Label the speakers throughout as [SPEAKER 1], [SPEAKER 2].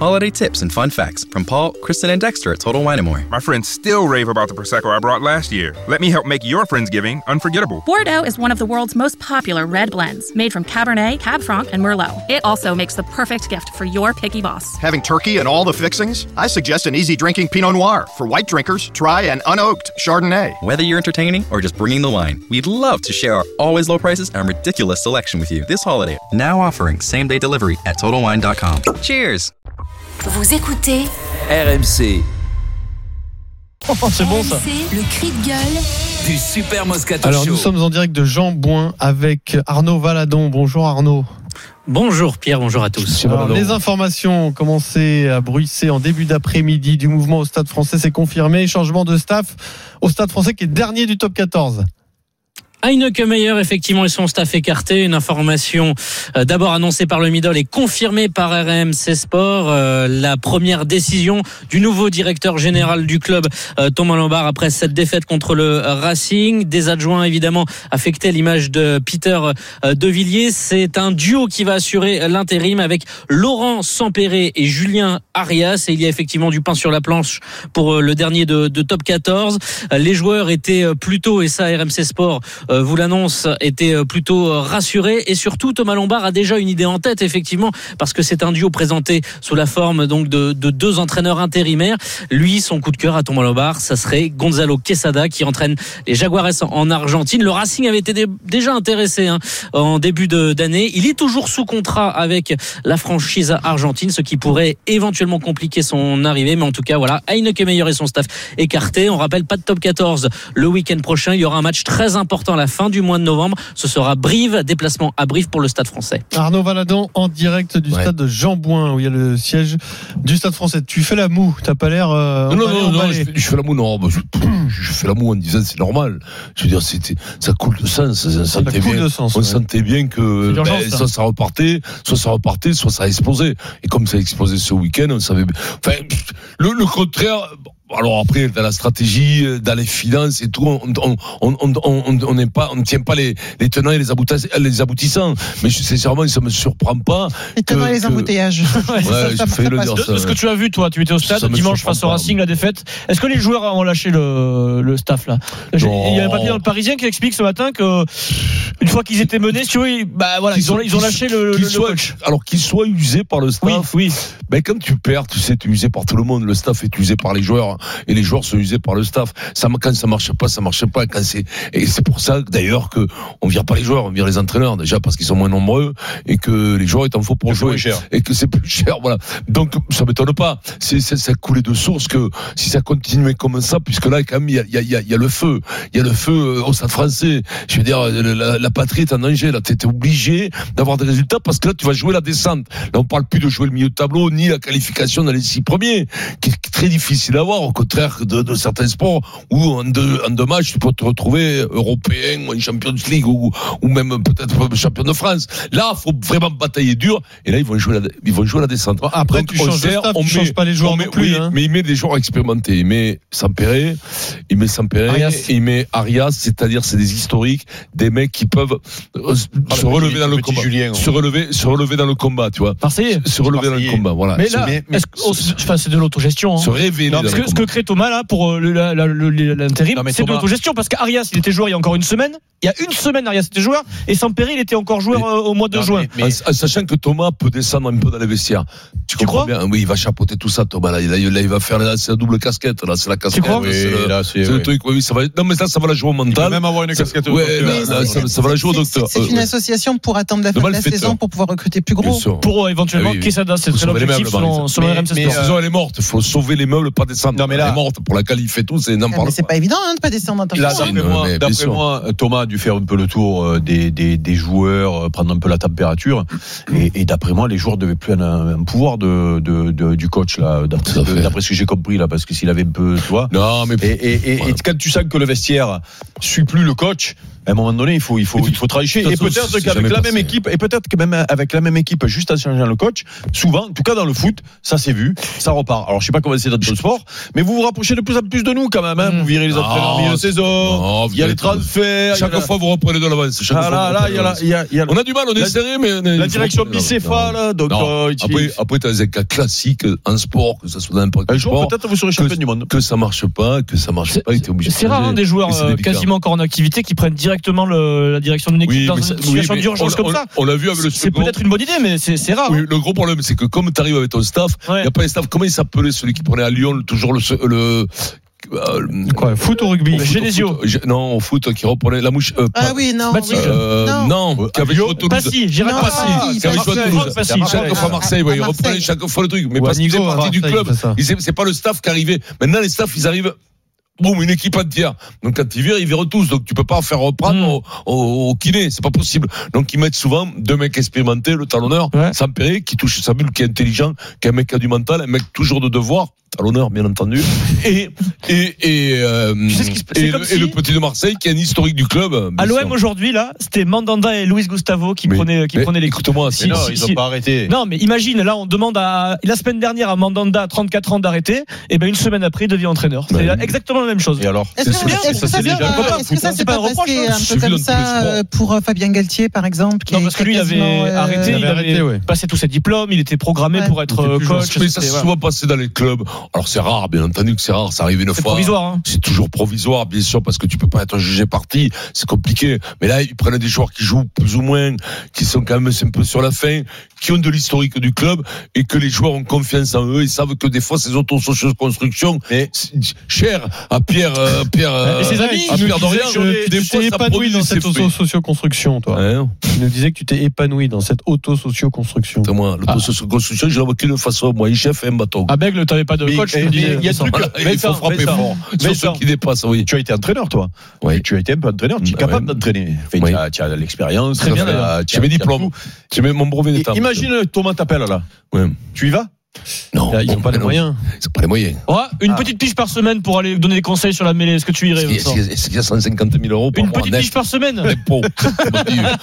[SPEAKER 1] Holiday tips and fun facts from Paul, Kristen, and Dexter at Total Wine & More.
[SPEAKER 2] My friends still rave about the Prosecco I brought last year. Let me help make your Friendsgiving unforgettable.
[SPEAKER 3] Bordeaux is one of the world's most popular red blends, made from Cabernet, Cab Franc, and Merlot. It also makes the perfect gift for your picky boss.
[SPEAKER 4] Having turkey and all the fixings? I suggest an easy drinking Pinot Noir. For white drinkers, try an unoaked Chardonnay.
[SPEAKER 1] Whether you're entertaining or just bringing the wine, we'd love to share our always low prices and ridiculous selection with you this holiday. Now offering same-day delivery at TotalWine.com. Cheers!
[SPEAKER 5] Vous écoutez
[SPEAKER 6] RMC.
[SPEAKER 7] c'est bon ça.
[SPEAKER 5] RMC, le cri de gueule
[SPEAKER 6] Du Super Moscato
[SPEAKER 7] Alors
[SPEAKER 6] Show.
[SPEAKER 7] nous sommes en direct de Jean Boin avec Arnaud Valadon. Bonjour Arnaud.
[SPEAKER 8] Bonjour Pierre, bonjour à tous.
[SPEAKER 7] Alors, les informations ont commencé à bruisser en début d'après-midi du mouvement au Stade français, c'est confirmé. Changement de staff au Stade français qui est dernier du top 14.
[SPEAKER 8] Heineke Meyer, effectivement, et son staff écarté. Une information euh, d'abord annoncée par le Middle et confirmée par RMC Sport. Euh, la première décision du nouveau directeur général du club, euh, Thomas Lombard, après cette défaite contre le Racing. Des adjoints, évidemment, affectés à l'image de Peter euh, De Villiers. C'est un duo qui va assurer l'intérim avec Laurent Sampéré et Julien Arias. Et il y a effectivement du pain sur la planche pour euh, le dernier de, de top 14. Euh, Les joueurs étaient euh, plutôt, et ça RMC Sport euh, vous l'annonce, étaient euh, plutôt euh, rassurés. Et surtout, Thomas Lombard a déjà une idée en tête, effectivement, parce que c'est un duo présenté sous la forme donc de, de deux entraîneurs intérimaires. Lui, son coup de cœur à Thomas Lombard, ça serait Gonzalo Quesada, qui entraîne les Jaguares en- en Argentine. Le Racing avait été dé- déjà intéressé hein, en début de- d'année. Il est toujours sous contrat avec la franchise argentine, ce qui pourrait éventuellement compliquer son arrivée. Mais en tout cas, voilà, Heineken Meyer et son staff écartés. On rappelle, pas de top 14 le week-end prochain. Il y aura un match très important à la fin du mois de novembre. Ce sera Brive, déplacement à Brive pour le stade français.
[SPEAKER 7] Arnaud Valadon en direct du
[SPEAKER 9] Ouais.
[SPEAKER 7] stade de Jean Boin où il y a le siège du Stade français. Tu fais la moue, t'as pas l'air... euh,
[SPEAKER 9] Non, non,
[SPEAKER 7] emballé,
[SPEAKER 9] non, non,
[SPEAKER 7] emballé.
[SPEAKER 9] je, fais- je fais l'amour, non, bah, je, je fais l'amour en disant c'est normal. Je veux dire, c'était, ça coule de sens, ça, ça sentait
[SPEAKER 7] coule
[SPEAKER 9] bien.
[SPEAKER 7] de sens,
[SPEAKER 9] on
[SPEAKER 7] ouais.
[SPEAKER 9] sentait bien
[SPEAKER 7] C'est
[SPEAKER 9] que ben,
[SPEAKER 7] l'urgence, ça.
[SPEAKER 9] soit ça repartait, soit ça repartait, soit ça explosait. Et comme ça a explosé ce week-end, on savait. Enfin, pff, le, le contraire. bon, Alors après, dans la stratégie, euh, dans les finances et tout, on on on on on- on n'est pas, on ne tient pas les les tenants et les aboutissants. Les aboutissants. Mais je- sincèrement, ça me surprend pas.
[SPEAKER 10] Et t'as
[SPEAKER 9] que-
[SPEAKER 10] dans les
[SPEAKER 9] que-
[SPEAKER 10] embouteillages.
[SPEAKER 9] Ouais, j'ai failli le dire
[SPEAKER 7] De-
[SPEAKER 9] ça.
[SPEAKER 7] de ce que tu as vu, toi, tu étais au
[SPEAKER 9] Ça
[SPEAKER 7] stade
[SPEAKER 9] me
[SPEAKER 7] dimanche
[SPEAKER 9] surprend
[SPEAKER 7] face au
[SPEAKER 9] pas.
[SPEAKER 7] Racing, la défaite. Est-ce que les joueurs ont lâché le, le staff là J'ai-
[SPEAKER 9] Non.
[SPEAKER 7] Il y a un papier dans le Parisien qui explique ce matin que une fois qu'ils étaient menés, si tu veux, ils- bah voilà,
[SPEAKER 9] Qu'ils
[SPEAKER 7] ils ont,
[SPEAKER 9] soient-
[SPEAKER 7] ils ont lâché le,
[SPEAKER 9] qu'ils
[SPEAKER 7] le- le
[SPEAKER 9] soient-
[SPEAKER 7] coach.
[SPEAKER 9] Alors qu'il soit usé par le
[SPEAKER 7] Oui,
[SPEAKER 9] staff,
[SPEAKER 7] oui.
[SPEAKER 9] ben quand tu perds, tu sais, tu es usé par tout le monde. Le staff est usé par les joueurs et les joueurs sont usés par le staff. Ça, quand ça marche pas, ça marche pas. Quand c'est et c'est pour ça d'ailleurs que on vire pas les joueurs, on vire les entraîneurs déjà parce qu'ils sont moins nombreux et que les joueurs il en faut pour jouer et que c'est plus cher. Voilà. Donc ça m'étonne pas. C'est c'est- ça coulait de source que si ça continuait comme ça, puisque là quand même il y a, il y a- il y a- il y a le feu, il y a le feu euh, au Stade Français. Je veux dire, euh, la, la patrie est en danger. Là, t'étais obligé d'avoir des résultats parce que là tu vas jouer la descente. Là, on parle plus de jouer le milieu de tableau ni la qualification dans les six premiers, qui est très difficile à voir, au contraire de, de certains sports où en deux, en deux matchs tu peux te retrouver européen ou en Champions League ou, ou même peut-être champion de France. Là, faut vraiment batailler dur et là ils vont jouer la, ils vont jouer la descente.
[SPEAKER 7] après,
[SPEAKER 9] Donc,
[SPEAKER 7] tu changes
[SPEAKER 9] sert,
[SPEAKER 7] le staff,
[SPEAKER 9] on
[SPEAKER 7] tu
[SPEAKER 9] met-
[SPEAKER 7] changes pas les joueurs
[SPEAKER 9] on met-
[SPEAKER 7] non plus,
[SPEAKER 9] oui,
[SPEAKER 7] hein.
[SPEAKER 9] Mais il met des joueurs expérimentés. Il met Sampere, il met Sampere,
[SPEAKER 7] Arias.
[SPEAKER 9] il met Arias, c'est-à-dire c'est des historiques, des mecs qui peuvent
[SPEAKER 7] Ah,
[SPEAKER 9] euh, se
[SPEAKER 11] le petit-
[SPEAKER 9] relever dans
[SPEAKER 11] le
[SPEAKER 9] le
[SPEAKER 11] petit
[SPEAKER 9] combat.
[SPEAKER 11] Julien,
[SPEAKER 9] Se relever, se relever dans le combat, tu vois.
[SPEAKER 7] Marseillais.
[SPEAKER 9] Se relever dans le
[SPEAKER 11] Marseillais.
[SPEAKER 9] combat, voilà.
[SPEAKER 7] Mais
[SPEAKER 9] Se-
[SPEAKER 7] là,
[SPEAKER 11] mais-
[SPEAKER 7] est-ce que- oh, c'est enfin, c'est de l'autogestion. hein.
[SPEAKER 9] se révéler
[SPEAKER 7] Non,
[SPEAKER 9] dans
[SPEAKER 7] parce
[SPEAKER 9] le
[SPEAKER 7] que ce que
[SPEAKER 9] combat.
[SPEAKER 7] crée Thomas là pour euh, le- la- la- le- l'intérim,
[SPEAKER 11] Non, mais
[SPEAKER 7] c'est de
[SPEAKER 11] Thomas-
[SPEAKER 7] l'autogestion. Parce qu'Arias, il était joueur il y a encore une semaine. Il y a une semaine, Arias était joueur. Et Samperi, il était encore joueur
[SPEAKER 9] Mais-
[SPEAKER 7] euh, au mois de
[SPEAKER 11] Non,
[SPEAKER 7] juin.
[SPEAKER 11] mais- mais-
[SPEAKER 9] En, en sachant que Thomas peut descendre un peu dans les vestiaires. Tu, comprends
[SPEAKER 7] crois
[SPEAKER 9] bien Oui, il va chapeauter tout ça, Thomas. Là, il- là, il là, il va faire là, c'est la double casquette. Là, c'est la casquette.
[SPEAKER 7] crois
[SPEAKER 9] c'est
[SPEAKER 11] Oui,
[SPEAKER 9] le,
[SPEAKER 11] là, c'est-
[SPEAKER 9] c'est le
[SPEAKER 11] oui.
[SPEAKER 9] truc. Oui, ça va. Non, mais ça, ça va la jouer au
[SPEAKER 11] Il peut
[SPEAKER 9] mental. Ah
[SPEAKER 11] même avoir une
[SPEAKER 9] Ça-
[SPEAKER 11] casquette au
[SPEAKER 9] ouais,
[SPEAKER 11] docteur.
[SPEAKER 9] là, là,
[SPEAKER 10] Mais
[SPEAKER 9] ça, ça va la jouer au
[SPEAKER 10] C'est-
[SPEAKER 9] docteur.
[SPEAKER 10] C'est une
[SPEAKER 9] Euh,
[SPEAKER 10] association pour attendre la fin de la
[SPEAKER 9] malfaiteur.
[SPEAKER 10] saison pour pouvoir recruter plus
[SPEAKER 9] bien
[SPEAKER 10] gros.
[SPEAKER 9] sûr.
[SPEAKER 7] Pour euh, éventuellement
[SPEAKER 9] Ah oui, oui.
[SPEAKER 7] Quesada, c'est
[SPEAKER 9] Faut
[SPEAKER 7] c'est
[SPEAKER 9] sauver les euh, meubles,
[SPEAKER 7] l'objectif
[SPEAKER 9] par
[SPEAKER 7] selon,
[SPEAKER 9] exemple.
[SPEAKER 7] selon
[SPEAKER 11] Mais-
[SPEAKER 7] RMC
[SPEAKER 11] mais,
[SPEAKER 7] Sport.
[SPEAKER 9] La saison, elle est morte. Il faut sauver les meubles, pas descendre.
[SPEAKER 11] Non, mais là-
[SPEAKER 9] Elle est morte pour la qualif et tout. C'est
[SPEAKER 10] Ah, mais
[SPEAKER 9] n'importe
[SPEAKER 10] c'est
[SPEAKER 9] quoi.
[SPEAKER 10] pas évident hein, de pas descendre en tant que
[SPEAKER 11] Là,
[SPEAKER 10] joueur.
[SPEAKER 11] d'après
[SPEAKER 9] mais
[SPEAKER 11] moi,
[SPEAKER 9] bien
[SPEAKER 11] d'après
[SPEAKER 9] sûr.
[SPEAKER 11] moi, Thomas a dû faire un peu le tour euh, des, des, des joueurs, euh, prendre un peu la température. Et, et d'après moi, les joueurs devaient plus en, en pouvoir de, de, de- du coach, là, d'après
[SPEAKER 9] Tout à fait.
[SPEAKER 11] d'après ce que j'ai compris, là, parce que s'il avait un peu, tu vois.
[SPEAKER 9] Non, mais
[SPEAKER 11] Et, et, et,
[SPEAKER 9] Ouais.
[SPEAKER 11] et quand tu sens que le vestiaire suit plus le coach,
[SPEAKER 7] à un moment donné, il faut, il faut, il faut trancher.
[SPEAKER 9] De toute
[SPEAKER 7] Et
[SPEAKER 9] façon,
[SPEAKER 7] peut-être
[SPEAKER 9] c'est
[SPEAKER 7] qu'avec
[SPEAKER 9] jamais
[SPEAKER 7] la
[SPEAKER 9] passé.
[SPEAKER 7] même équipe, et peut-être que même avec la même équipe, juste en changeant le coach, souvent, en tout cas dans le foot, ça s'est vu, ça repart. Alors, je sais pas comment c'est dans le sport, mais vous vous rapprochez de plus en plus de nous quand même. hein. Vous virez les entraîneurs en milieu de saison.
[SPEAKER 9] Ah, non,
[SPEAKER 7] Il y
[SPEAKER 9] vous
[SPEAKER 7] a les
[SPEAKER 9] êtes-
[SPEAKER 7] transferts. il y a
[SPEAKER 9] Chaque
[SPEAKER 7] la-
[SPEAKER 9] fois, vous reprenez de l'avance. Chaque
[SPEAKER 7] Ah
[SPEAKER 9] fois,
[SPEAKER 7] là,
[SPEAKER 9] vous
[SPEAKER 7] là,
[SPEAKER 9] reprenez
[SPEAKER 7] il y
[SPEAKER 9] de
[SPEAKER 7] a la-
[SPEAKER 9] l'avance.
[SPEAKER 7] il y a- il y a-
[SPEAKER 9] On a du mal, on est
[SPEAKER 7] La-
[SPEAKER 9] serré, mais.
[SPEAKER 7] la direction bicéphale, donc, euh, il-
[SPEAKER 9] après, après, t'as un cas classique euh, en sport, que ça soit dans n'importe
[SPEAKER 7] Un
[SPEAKER 9] quel
[SPEAKER 7] jour,
[SPEAKER 9] sport.
[SPEAKER 7] peut-être, vous serez
[SPEAKER 9] Que,
[SPEAKER 7] champion du monde.
[SPEAKER 9] que ça marche pas, que ça marche
[SPEAKER 8] C'est-
[SPEAKER 9] pas, il était obligé de
[SPEAKER 8] C'est rare
[SPEAKER 9] changer.
[SPEAKER 8] hein, des
[SPEAKER 9] Et c'est
[SPEAKER 8] joueurs euh,
[SPEAKER 9] délicat.
[SPEAKER 8] quasiment encore en activité qui prennent directement le- la direction d'une équipe
[SPEAKER 9] Oui,
[SPEAKER 8] dans
[SPEAKER 9] mais
[SPEAKER 8] une
[SPEAKER 9] c'est- oui,
[SPEAKER 8] situation
[SPEAKER 9] mais
[SPEAKER 8] d'urgence
[SPEAKER 9] on-
[SPEAKER 8] comme
[SPEAKER 9] on-
[SPEAKER 8] ça.
[SPEAKER 9] on l'a vu avec le
[SPEAKER 8] C'est
[SPEAKER 9] second.
[SPEAKER 8] peut-être une bonne idée, mais c'est c'est rare.
[SPEAKER 9] Oui,
[SPEAKER 8] hein.
[SPEAKER 9] le gros problème, c'est que comme tu arrives avec ton staff, il
[SPEAKER 8] Ouais.
[SPEAKER 9] n'y a pas un staff. Comment il s'appelait celui qui prenait à Lyon le- toujours le. se- le euh,
[SPEAKER 12] Quoi, foot ou
[SPEAKER 9] au
[SPEAKER 12] rugby
[SPEAKER 9] foot,
[SPEAKER 8] Genesio.
[SPEAKER 9] au foot, Gé- non, au foot, qui reprenait la mouche. euh,
[SPEAKER 13] Ah
[SPEAKER 9] pas-
[SPEAKER 13] oui, non.
[SPEAKER 8] Matic.
[SPEAKER 13] oui.
[SPEAKER 9] euh,
[SPEAKER 13] Non.
[SPEAKER 9] non, qui avait joué au Toulouse.
[SPEAKER 8] Passy, Gérard
[SPEAKER 13] Non,
[SPEAKER 8] Passy.
[SPEAKER 13] Passy,
[SPEAKER 9] Qui avait joué à
[SPEAKER 13] Marseille.
[SPEAKER 9] Toulouse.
[SPEAKER 8] Passy.
[SPEAKER 9] Chaque fois
[SPEAKER 13] À-
[SPEAKER 9] Marseille, ouais,
[SPEAKER 13] à
[SPEAKER 9] ils reprenaient
[SPEAKER 13] Marseille.
[SPEAKER 9] chaque fois le truc. Mais
[SPEAKER 12] Ou à
[SPEAKER 9] parce qu'ils
[SPEAKER 12] Nigo,
[SPEAKER 9] faisaient
[SPEAKER 12] à
[SPEAKER 9] partie du
[SPEAKER 12] Marseille,
[SPEAKER 9] club.
[SPEAKER 12] il fait ça.
[SPEAKER 9] Ils aient- C'est pas le staff qui arrivait. Maintenant, les staffs, ils arrivent. Boum, une équipe entière. Donc quand ils virent, ils virent tous. Donc tu peux pas faire reprendre
[SPEAKER 8] Mm.
[SPEAKER 9] au, au- au kiné, c'est pas possible. Donc ils mettent souvent deux mecs expérimentés, le talonneur,
[SPEAKER 8] Ouais.
[SPEAKER 9] sans Péré, qui touche sa bulle, qui est intelligent, qui est un mec qui a du mental, un mec toujours de devoir, talonneur bien entendu, et et et, euh,
[SPEAKER 8] Tu sais ce qui se- c'est
[SPEAKER 9] et,
[SPEAKER 8] comme
[SPEAKER 9] le, et le
[SPEAKER 8] si-
[SPEAKER 9] petit de Marseille qui est un historique du club. euh, bien
[SPEAKER 8] À
[SPEAKER 9] sûr.
[SPEAKER 8] l'OM aujourd'hui, là, c'était Mandanda et Luis Gustavo qui
[SPEAKER 9] Mais-
[SPEAKER 8] prenaient, qui
[SPEAKER 9] mais
[SPEAKER 8] prenaient les
[SPEAKER 9] écoute-moi,
[SPEAKER 8] Si-
[SPEAKER 9] mais
[SPEAKER 7] Non,
[SPEAKER 8] si-
[SPEAKER 7] ils
[SPEAKER 8] si-
[SPEAKER 7] n'ont pas arrêté.
[SPEAKER 8] Non, mais imagine, là, on demande à la semaine dernière à Mandanda, 34 ans, d'arrêter. Et ben une semaine après, il devient entraîneur. C'est
[SPEAKER 9] Ouais.
[SPEAKER 8] exactement la même chose.
[SPEAKER 7] Et alors
[SPEAKER 13] Est-ce
[SPEAKER 9] C'est-
[SPEAKER 13] que-
[SPEAKER 9] c'est-
[SPEAKER 13] est-ce que
[SPEAKER 9] ça,
[SPEAKER 13] ça
[SPEAKER 9] c'est
[SPEAKER 13] s'est
[SPEAKER 9] légal.
[SPEAKER 13] pas-
[SPEAKER 8] Pourquoi
[SPEAKER 13] est-ce que ça
[SPEAKER 8] C'est
[SPEAKER 13] s'est
[SPEAKER 8] pas
[SPEAKER 13] pas
[SPEAKER 8] un reproche,
[SPEAKER 13] passé
[SPEAKER 8] hein.
[SPEAKER 13] un
[SPEAKER 9] J'ai
[SPEAKER 13] peu
[SPEAKER 9] vu dans
[SPEAKER 13] comme
[SPEAKER 9] tous les
[SPEAKER 13] ça
[SPEAKER 9] sports.
[SPEAKER 13] euh, pour euh, Fabien Galtier, par exemple qui
[SPEAKER 8] Non,
[SPEAKER 13] a
[SPEAKER 8] parce que
[SPEAKER 13] été
[SPEAKER 8] lui, il avait
[SPEAKER 13] quasiment, euh,
[SPEAKER 8] arrêté, il
[SPEAKER 12] avait
[SPEAKER 8] avait
[SPEAKER 12] arrêté, ouais.
[SPEAKER 8] passé tous ses diplômes, il était programmé
[SPEAKER 13] Ouais.
[SPEAKER 8] pour
[SPEAKER 12] Il était
[SPEAKER 8] être
[SPEAKER 12] plus
[SPEAKER 7] euh,
[SPEAKER 8] coach.
[SPEAKER 9] Mais ça s'est
[SPEAKER 8] c'était- voilà.
[SPEAKER 9] souvent passé dans les clubs. Alors c'est rare, bien entendu que c'est rare, ça arrive une
[SPEAKER 8] C'est
[SPEAKER 9] fois.
[SPEAKER 8] provisoire. hein.
[SPEAKER 9] C'est toujours provisoire, bien sûr, parce que tu peux pas être jugé parti. C'est compliqué. Mais là, ils prennent des joueurs qui jouent plus ou moins, qui sont quand même un peu sur la fin, qui ont de l'historique du club et que les joueurs ont confiance en eux. Ils savent que des fois, ces autosocieuses constructions,
[SPEAKER 7] Mais-
[SPEAKER 9] c'est cher à Pierre, euh, Pierre, euh,
[SPEAKER 8] Et
[SPEAKER 7] Ah,
[SPEAKER 8] ses amis,
[SPEAKER 9] à
[SPEAKER 8] ils
[SPEAKER 9] Pierre
[SPEAKER 8] nous
[SPEAKER 9] Dorian,
[SPEAKER 8] disaient,
[SPEAKER 12] Tu
[SPEAKER 9] des
[SPEAKER 12] tu
[SPEAKER 9] fois,
[SPEAKER 12] t'es
[SPEAKER 9] ça
[SPEAKER 12] épanoui
[SPEAKER 9] produit
[SPEAKER 12] dans
[SPEAKER 9] des
[SPEAKER 12] cette
[SPEAKER 9] effets. Hein,
[SPEAKER 12] auto-socio-construction, toi.
[SPEAKER 9] Ouais, non.
[SPEAKER 12] Tu nous disais que tu t'es épanoui dans cette auto-socio-construction.
[SPEAKER 9] Putain, moi, l'autosocio-construction, je la vois qu'une façon. Moi, il chef et un bâton.
[SPEAKER 7] Ah,
[SPEAKER 8] À Bègle, t'avais pas de
[SPEAKER 7] Mais-
[SPEAKER 8] coach,
[SPEAKER 7] et-
[SPEAKER 8] tu me
[SPEAKER 7] mais
[SPEAKER 8] disais.
[SPEAKER 7] il y a ce truc-
[SPEAKER 9] Voilà,
[SPEAKER 7] mais
[SPEAKER 9] il faut
[SPEAKER 7] ça, mais
[SPEAKER 9] frapper
[SPEAKER 7] ça.
[SPEAKER 9] fort.
[SPEAKER 7] Mais
[SPEAKER 9] Sur
[SPEAKER 7] ça.
[SPEAKER 9] ceux qui dépassent, oui.
[SPEAKER 7] Tu as été entraîneur, toi.
[SPEAKER 9] Oui.
[SPEAKER 7] Tu as été un peu entraîneur. Tu es
[SPEAKER 9] Bah
[SPEAKER 7] capable
[SPEAKER 9] ouais.
[SPEAKER 7] d'entraîner. Enfin,
[SPEAKER 9] Oui.
[SPEAKER 7] Tu as, tu as l'expérience.
[SPEAKER 8] Très bien,
[SPEAKER 7] tu as-
[SPEAKER 8] d'ailleurs.
[SPEAKER 7] tu
[SPEAKER 9] J'ai
[SPEAKER 7] as-
[SPEAKER 9] mes
[SPEAKER 7] tu as
[SPEAKER 9] diplômes.
[SPEAKER 7] tout.
[SPEAKER 9] J'ai mes- mon brevet
[SPEAKER 7] Et
[SPEAKER 9] d'état.
[SPEAKER 7] Imagine Thomas t'appelle là.
[SPEAKER 9] Ouais.
[SPEAKER 7] Tu y vas
[SPEAKER 9] Non,
[SPEAKER 12] Ils
[SPEAKER 9] bon,
[SPEAKER 12] n'ont pas
[SPEAKER 8] bah
[SPEAKER 9] mais
[SPEAKER 12] les
[SPEAKER 9] non,
[SPEAKER 12] moyens.
[SPEAKER 9] Ils ont pas les moyens.
[SPEAKER 8] Ouais, une
[SPEAKER 7] Ah.
[SPEAKER 8] petite pige par semaine pour aller donner des conseils sur la mêlée. Est-ce que tu irais,
[SPEAKER 9] Est-ce qu'il y a-
[SPEAKER 8] Vincent
[SPEAKER 9] est-ce qu'il y a 150 000 euros par
[SPEAKER 8] Une
[SPEAKER 9] mois
[SPEAKER 8] petite
[SPEAKER 9] net
[SPEAKER 8] pige par semaine
[SPEAKER 9] d'impôts.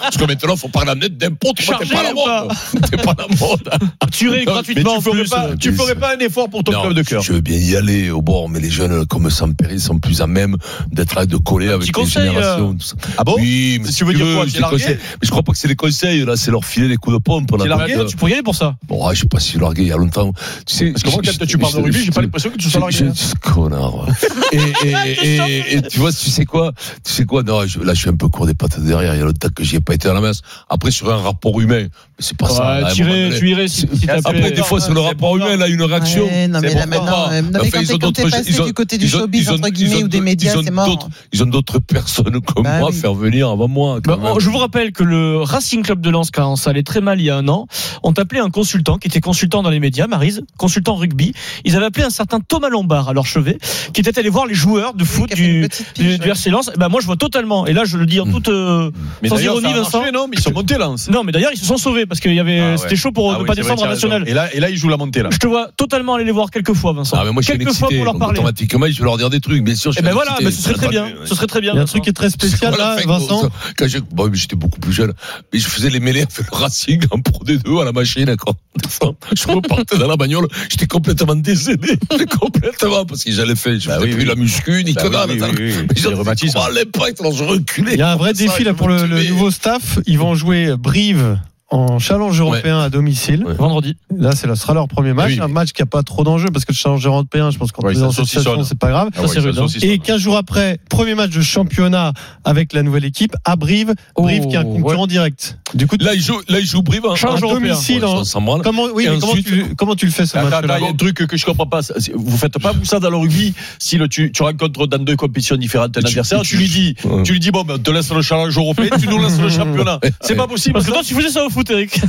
[SPEAKER 9] Parce que maintenant, faut parler en net d'impôts. Tu vois, T'es
[SPEAKER 8] Chargé
[SPEAKER 9] pas la
[SPEAKER 8] ou
[SPEAKER 9] mode. T'es pas la mode.
[SPEAKER 8] Tu irais
[SPEAKER 9] Non, mais
[SPEAKER 8] gratuitement en
[SPEAKER 7] tu ferais
[SPEAKER 8] plus.
[SPEAKER 7] pas,
[SPEAKER 8] euh.
[SPEAKER 7] tu ferais pas un effort pour ton
[SPEAKER 9] Non,
[SPEAKER 7] club de cœur.
[SPEAKER 9] Je veux bien y aller au bord, mais les jeunes comme Sampéry sont plus à même d'être là, de coller avec
[SPEAKER 8] petit
[SPEAKER 9] les
[SPEAKER 8] conseil,
[SPEAKER 9] générations. tout ça.
[SPEAKER 7] Ah bon
[SPEAKER 9] Oui, mais
[SPEAKER 7] Tu
[SPEAKER 9] si
[SPEAKER 7] veux dire quoi,
[SPEAKER 9] je
[SPEAKER 7] t'es
[SPEAKER 9] les
[SPEAKER 7] largué
[SPEAKER 9] conseille. Mais je crois pas que c'est des conseils, là, c'est leur filer des coups de pompe. là,
[SPEAKER 7] T'es
[SPEAKER 9] donc,
[SPEAKER 7] largué,
[SPEAKER 9] euh,
[SPEAKER 8] Tu pourrais y aller pour ça.
[SPEAKER 9] Bon, ah, je sais pas si largué il y a longtemps. Tu sais,
[SPEAKER 7] Parce que moi,
[SPEAKER 9] je- je-
[SPEAKER 7] quand tu parles de
[SPEAKER 9] je-
[SPEAKER 7] rugby, j'ai pas
[SPEAKER 9] je-
[SPEAKER 7] l'impression que tu sois
[SPEAKER 9] je-
[SPEAKER 7] largué. hein.
[SPEAKER 9] je- je- Connard. ouais. et, et- et- et tu vois, tu sais quoi Tu sais quoi Non, je- là, je suis un peu court des pattes derrière. Il y a longtemps que j'y ai pas été à la messe. Après, sur un rapport humain, mais c'est pas ça. là, à
[SPEAKER 8] Ouais,
[SPEAKER 9] un
[SPEAKER 8] tu
[SPEAKER 9] moment
[SPEAKER 8] irais,
[SPEAKER 9] donné.
[SPEAKER 8] tu irais si, si
[SPEAKER 9] Après,
[SPEAKER 8] t'appelais.
[SPEAKER 9] des fois, c'est le
[SPEAKER 7] c'est
[SPEAKER 9] rapport
[SPEAKER 7] important.
[SPEAKER 9] humain, là, une réaction.
[SPEAKER 13] Ouais, non, mais
[SPEAKER 9] C'est
[SPEAKER 13] là,
[SPEAKER 9] pourquoi
[SPEAKER 13] maintenant,
[SPEAKER 9] pas.
[SPEAKER 13] euh, non, mais
[SPEAKER 9] Enfin,
[SPEAKER 13] quand
[SPEAKER 9] ils
[SPEAKER 13] t'es-
[SPEAKER 9] ont
[SPEAKER 13] quand
[SPEAKER 9] d'autres-
[SPEAKER 13] t'es passé
[SPEAKER 9] ils ont-
[SPEAKER 13] du côté du
[SPEAKER 9] ils ont-
[SPEAKER 13] showbiz,
[SPEAKER 9] ils ont-
[SPEAKER 13] entre guillemets,
[SPEAKER 9] ils ont
[SPEAKER 13] ou des
[SPEAKER 9] d'autres-
[SPEAKER 13] médias,
[SPEAKER 9] ils ont
[SPEAKER 13] c'est mort.
[SPEAKER 9] d'autres- Ils ont d'autres personnes comme
[SPEAKER 13] Bah
[SPEAKER 9] moi à
[SPEAKER 13] oui.
[SPEAKER 9] faire venir avant moi. quand
[SPEAKER 8] Bah,
[SPEAKER 9] même.
[SPEAKER 8] oh, je vous rappelle que le Racing Club de Lens, quand ça allait très mal il y a un an, ont appelé un consultant qui était consultant dans les médias, Marise, consultant rugby. Ils avaient appelé un certain Thomas Lombard à leur chevet, qui était allé voir les joueurs de foot
[SPEAKER 13] qui a fait une
[SPEAKER 8] du,
[SPEAKER 13] petite
[SPEAKER 8] du,
[SPEAKER 13] pige,
[SPEAKER 8] du RC Lens. Bah, moi, je vois totalement. Et là, je le dis en
[SPEAKER 9] Mm.
[SPEAKER 8] toute euh,
[SPEAKER 7] Mais
[SPEAKER 8] sans
[SPEAKER 7] d'ailleurs,
[SPEAKER 8] ironie,
[SPEAKER 7] ça a marché,
[SPEAKER 8] Vincent.
[SPEAKER 7] non, mais ils sont montés là.
[SPEAKER 8] Non, mais d'ailleurs, ils se sont sauvés parce qu'il y avait,
[SPEAKER 7] Ah ouais.
[SPEAKER 8] c'était chaud pour eux
[SPEAKER 7] Ah
[SPEAKER 8] de
[SPEAKER 7] oui,
[SPEAKER 8] pas
[SPEAKER 7] c'est
[SPEAKER 8] descendre
[SPEAKER 7] vrai,
[SPEAKER 8] en
[SPEAKER 7] t'as raison.
[SPEAKER 8] national.
[SPEAKER 7] Et là, et là, ils jouent la montée là.
[SPEAKER 8] Je te vois totalement aller les voir quelques fois, Vincent.
[SPEAKER 9] Ah, mais moi, je suis un
[SPEAKER 8] quelques fois
[SPEAKER 9] excité.
[SPEAKER 8] pour leur
[SPEAKER 9] donc
[SPEAKER 8] parler.
[SPEAKER 9] Automatiquement, je vais leur dire des trucs. Bien sûr, je
[SPEAKER 8] Et
[SPEAKER 12] Eh
[SPEAKER 9] suis
[SPEAKER 8] ben
[SPEAKER 9] un
[SPEAKER 8] voilà,
[SPEAKER 9] excité,
[SPEAKER 8] mais ce serait
[SPEAKER 9] c'est
[SPEAKER 8] très bien.
[SPEAKER 9] attendu, ouais.
[SPEAKER 8] Ce serait très bien.
[SPEAKER 12] Il y a un
[SPEAKER 8] Vincent.
[SPEAKER 12] truc qui est très spécial
[SPEAKER 9] Voilà,
[SPEAKER 12] là,
[SPEAKER 9] fait,
[SPEAKER 12] Vincent.
[SPEAKER 9] quand- quand j'ai- bon, mais j'étais beaucoup plus jeune, mais je faisais les mêlées avec le Racing en Pro D2 à la machine, d'accord. Des fois, Je repartais dans la bagnole, j'étais complètement décédé, J'étais complètement, parce que j'allais faire, je
[SPEAKER 7] Bah
[SPEAKER 9] faisais
[SPEAKER 7] oui,
[SPEAKER 9] plus
[SPEAKER 7] oui.
[SPEAKER 9] la muscu, ni
[SPEAKER 7] Bah
[SPEAKER 9] que
[SPEAKER 7] oui,
[SPEAKER 9] dalle.
[SPEAKER 7] oui,
[SPEAKER 9] ça.
[SPEAKER 7] oui, oui.
[SPEAKER 9] Mais
[SPEAKER 7] Des
[SPEAKER 9] j'en-
[SPEAKER 7] rhumatismes.
[SPEAKER 9] oh, l'impact, alors je reculais.
[SPEAKER 12] Il y a un vrai
[SPEAKER 9] Ça,
[SPEAKER 12] défi là
[SPEAKER 9] je
[SPEAKER 12] pour
[SPEAKER 9] me
[SPEAKER 12] le, le
[SPEAKER 9] tuais.
[SPEAKER 12] nouveau staff. Ils vont jouer Brive en challenge européen à domicile.
[SPEAKER 9] Ouais.
[SPEAKER 8] Vendredi.
[SPEAKER 12] Là, c'est là, ce sera leur premier match.
[SPEAKER 7] Ah oui,
[SPEAKER 12] un
[SPEAKER 7] mais-
[SPEAKER 12] match qui a pas trop d'enjeux parce que le challenge européen, je pense qu'en
[SPEAKER 7] Ouais,
[SPEAKER 12] est
[SPEAKER 7] ça
[SPEAKER 12] dans cette
[SPEAKER 7] saucissonne.
[SPEAKER 12] situation, c'est pas grave.
[SPEAKER 7] Ah ouais,
[SPEAKER 8] c'est rude,
[SPEAKER 7] ça
[SPEAKER 8] hein.
[SPEAKER 7] saucisse,
[SPEAKER 12] Et
[SPEAKER 7] hein.
[SPEAKER 12] 15 jours après, premier match de championnat avec la nouvelle équipe à Brive. Brive qui est un
[SPEAKER 8] Oh,
[SPEAKER 12] concurrent direct. Du coup,
[SPEAKER 9] Là, il joue, là, il joue Brive. hein.
[SPEAKER 8] Change
[SPEAKER 12] à
[SPEAKER 8] européen.
[SPEAKER 12] domicile.
[SPEAKER 9] Ouais,
[SPEAKER 12] en-
[SPEAKER 9] on s'en branle.
[SPEAKER 12] Comment, oui,
[SPEAKER 9] Et
[SPEAKER 12] mais comment,
[SPEAKER 9] ensuite-
[SPEAKER 12] tu, comment tu le fais ce
[SPEAKER 7] Attends, attends,
[SPEAKER 12] match-là
[SPEAKER 7] il y a un truc que je comprends pas. ça, c'est- Vous faites pas vous ça dans le rugby. Si le, tu, tu rencontres dans deux compétitions différentes un
[SPEAKER 9] Tu-
[SPEAKER 7] adversaire,
[SPEAKER 9] tu-
[SPEAKER 7] tu lui dis,
[SPEAKER 9] Ouais.
[SPEAKER 7] tu lui dis bon, ben, on te laisse le challenge européen, tu nous laisses le championnat. C'est pas possible.
[SPEAKER 8] Parce que toi, tu faisais ça au
[SPEAKER 14] foot, Eric.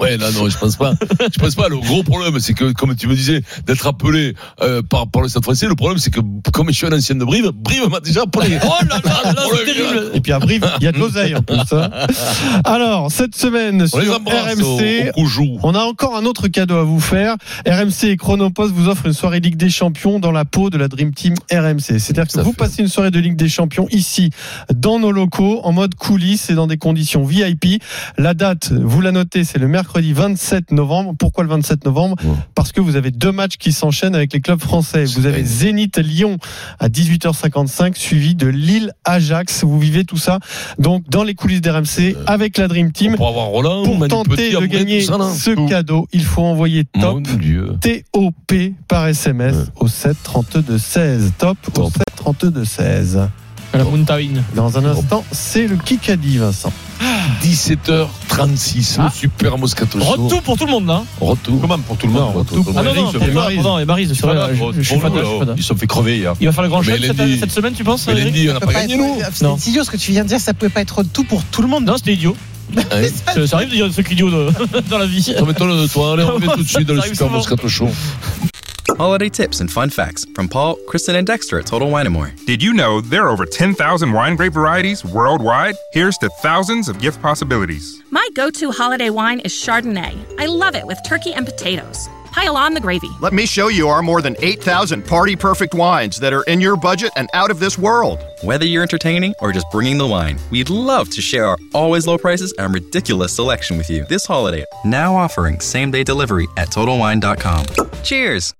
[SPEAKER 9] Ouais, là, non, je pense pas. Je pense pas. Le gros problème, c'est que, comme tu me disais, d'être appelé euh, par, par le Stade français, le problème, c'est que, comme je suis un ancien de Brive, Brive m'a déjà appelé.
[SPEAKER 14] Oh là là, là, c'est terrible.
[SPEAKER 7] Et puis à Brive, il y a de l'oseille en plus. hein. Alors, cette semaine
[SPEAKER 9] On les
[SPEAKER 7] sur
[SPEAKER 9] embrasse au,
[SPEAKER 7] RMC,
[SPEAKER 9] au jour.
[SPEAKER 7] on a encore un autre cadeau à vous faire. RMC et Chronopost vous offrent une soirée Ligue des Champions dans la peau de la Dream Team RMC. C'est-à-dire que
[SPEAKER 9] Ça
[SPEAKER 7] vous
[SPEAKER 9] fait.
[SPEAKER 7] passez une soirée de Ligue des Champions ici, dans nos locaux, en mode coulisses et dans des conditions VIP. La date, vous la notez, c'est le mercredi 27 novembre. Pourquoi le 27 novembre
[SPEAKER 9] Ouais.
[SPEAKER 7] Parce que vous avez deux matchs qui s'enchaînent avec les clubs français. Vous
[SPEAKER 9] C'est
[SPEAKER 7] avez
[SPEAKER 9] dingue.
[SPEAKER 7] Zénith Lyon à 18h55, suivi de Lille Ajax. Vous vivez tout ça donc dans les coulisses d'RMC
[SPEAKER 9] Euh,
[SPEAKER 7] avec la Dream Team.
[SPEAKER 9] Pour avoir Roland,
[SPEAKER 7] Pour
[SPEAKER 9] Manu
[SPEAKER 7] tenter
[SPEAKER 9] Petit,
[SPEAKER 7] de
[SPEAKER 9] après,
[SPEAKER 7] gagner
[SPEAKER 9] tout ça, là.
[SPEAKER 7] ce
[SPEAKER 9] Tout.
[SPEAKER 7] cadeau, il faut envoyer
[SPEAKER 9] Mon
[SPEAKER 7] top
[SPEAKER 9] Dieu.
[SPEAKER 7] TOP par SMS
[SPEAKER 9] Ouais.
[SPEAKER 7] au 7 32 16. Top, au
[SPEAKER 9] Top.
[SPEAKER 7] 7 32 16.
[SPEAKER 14] La Mountain.
[SPEAKER 7] Dans un instant, c'est le Kikadi, Vincent.
[SPEAKER 9] 17h36,
[SPEAKER 14] Ah.
[SPEAKER 9] le super Moscato Show.
[SPEAKER 14] Retour pour tout le monde, là.
[SPEAKER 8] hein.
[SPEAKER 9] Retour.
[SPEAKER 11] Comment pour tout le
[SPEAKER 9] Non,
[SPEAKER 11] monde
[SPEAKER 9] retour pour
[SPEAKER 14] Ah non,
[SPEAKER 9] Eric,
[SPEAKER 14] non,
[SPEAKER 9] je
[SPEAKER 14] pour
[SPEAKER 9] fais
[SPEAKER 14] toi,
[SPEAKER 7] Maryse.
[SPEAKER 14] non, et Maryse, c'est
[SPEAKER 11] C'est pas
[SPEAKER 14] vrai,
[SPEAKER 11] là,
[SPEAKER 14] je- je suis
[SPEAKER 11] pour
[SPEAKER 14] pas
[SPEAKER 11] nous,
[SPEAKER 14] d'accord, je suis pas
[SPEAKER 11] là,
[SPEAKER 14] d'accord.
[SPEAKER 11] Ils se sont fait crever
[SPEAKER 9] hein.
[SPEAKER 11] hier.
[SPEAKER 14] Il va faire le grand
[SPEAKER 9] Mais
[SPEAKER 14] chelem cette,
[SPEAKER 9] Lenny-
[SPEAKER 14] cette semaine, tu penses
[SPEAKER 9] Mais
[SPEAKER 14] Eric
[SPEAKER 9] Lenny, on
[SPEAKER 10] Ça
[SPEAKER 9] n'a
[SPEAKER 10] peut
[SPEAKER 9] pas
[SPEAKER 10] pas
[SPEAKER 9] gagné,
[SPEAKER 10] être-
[SPEAKER 9] nous.
[SPEAKER 14] Non.
[SPEAKER 10] C'est idiot ce que tu viens de dire, ça pouvait pas être tout pour tout le monde.
[SPEAKER 14] Non, c'était idiot.
[SPEAKER 9] Ouais.
[SPEAKER 14] Ça, ça arrive de dire des trucs idiots de- dans la vie.
[SPEAKER 9] Ça m'étonne de toi. Allez, on revient tout de suite dans le
[SPEAKER 14] Ça arrive
[SPEAKER 9] super
[SPEAKER 14] souvent.
[SPEAKER 9] Moscato Show.
[SPEAKER 1] Holiday tips and fun facts from Paul, Kristen, and Dexter at Total Wine & More.
[SPEAKER 2] Did you know there are over 10,000 wine grape varieties worldwide? Here's to thousands of gift possibilities.
[SPEAKER 3] My go to holiday wine is Chardonnay. I love it with turkey and potatoes. Pile on the gravy.
[SPEAKER 4] Let me show you our more than 8,000 party perfect wines that are in your budget and out of this world.
[SPEAKER 1] Whether you're entertaining or just bringing the wine, we'd love to share our always low prices and ridiculous selection with you this holiday. Now offering same day delivery at TotalWine.com. Cheers!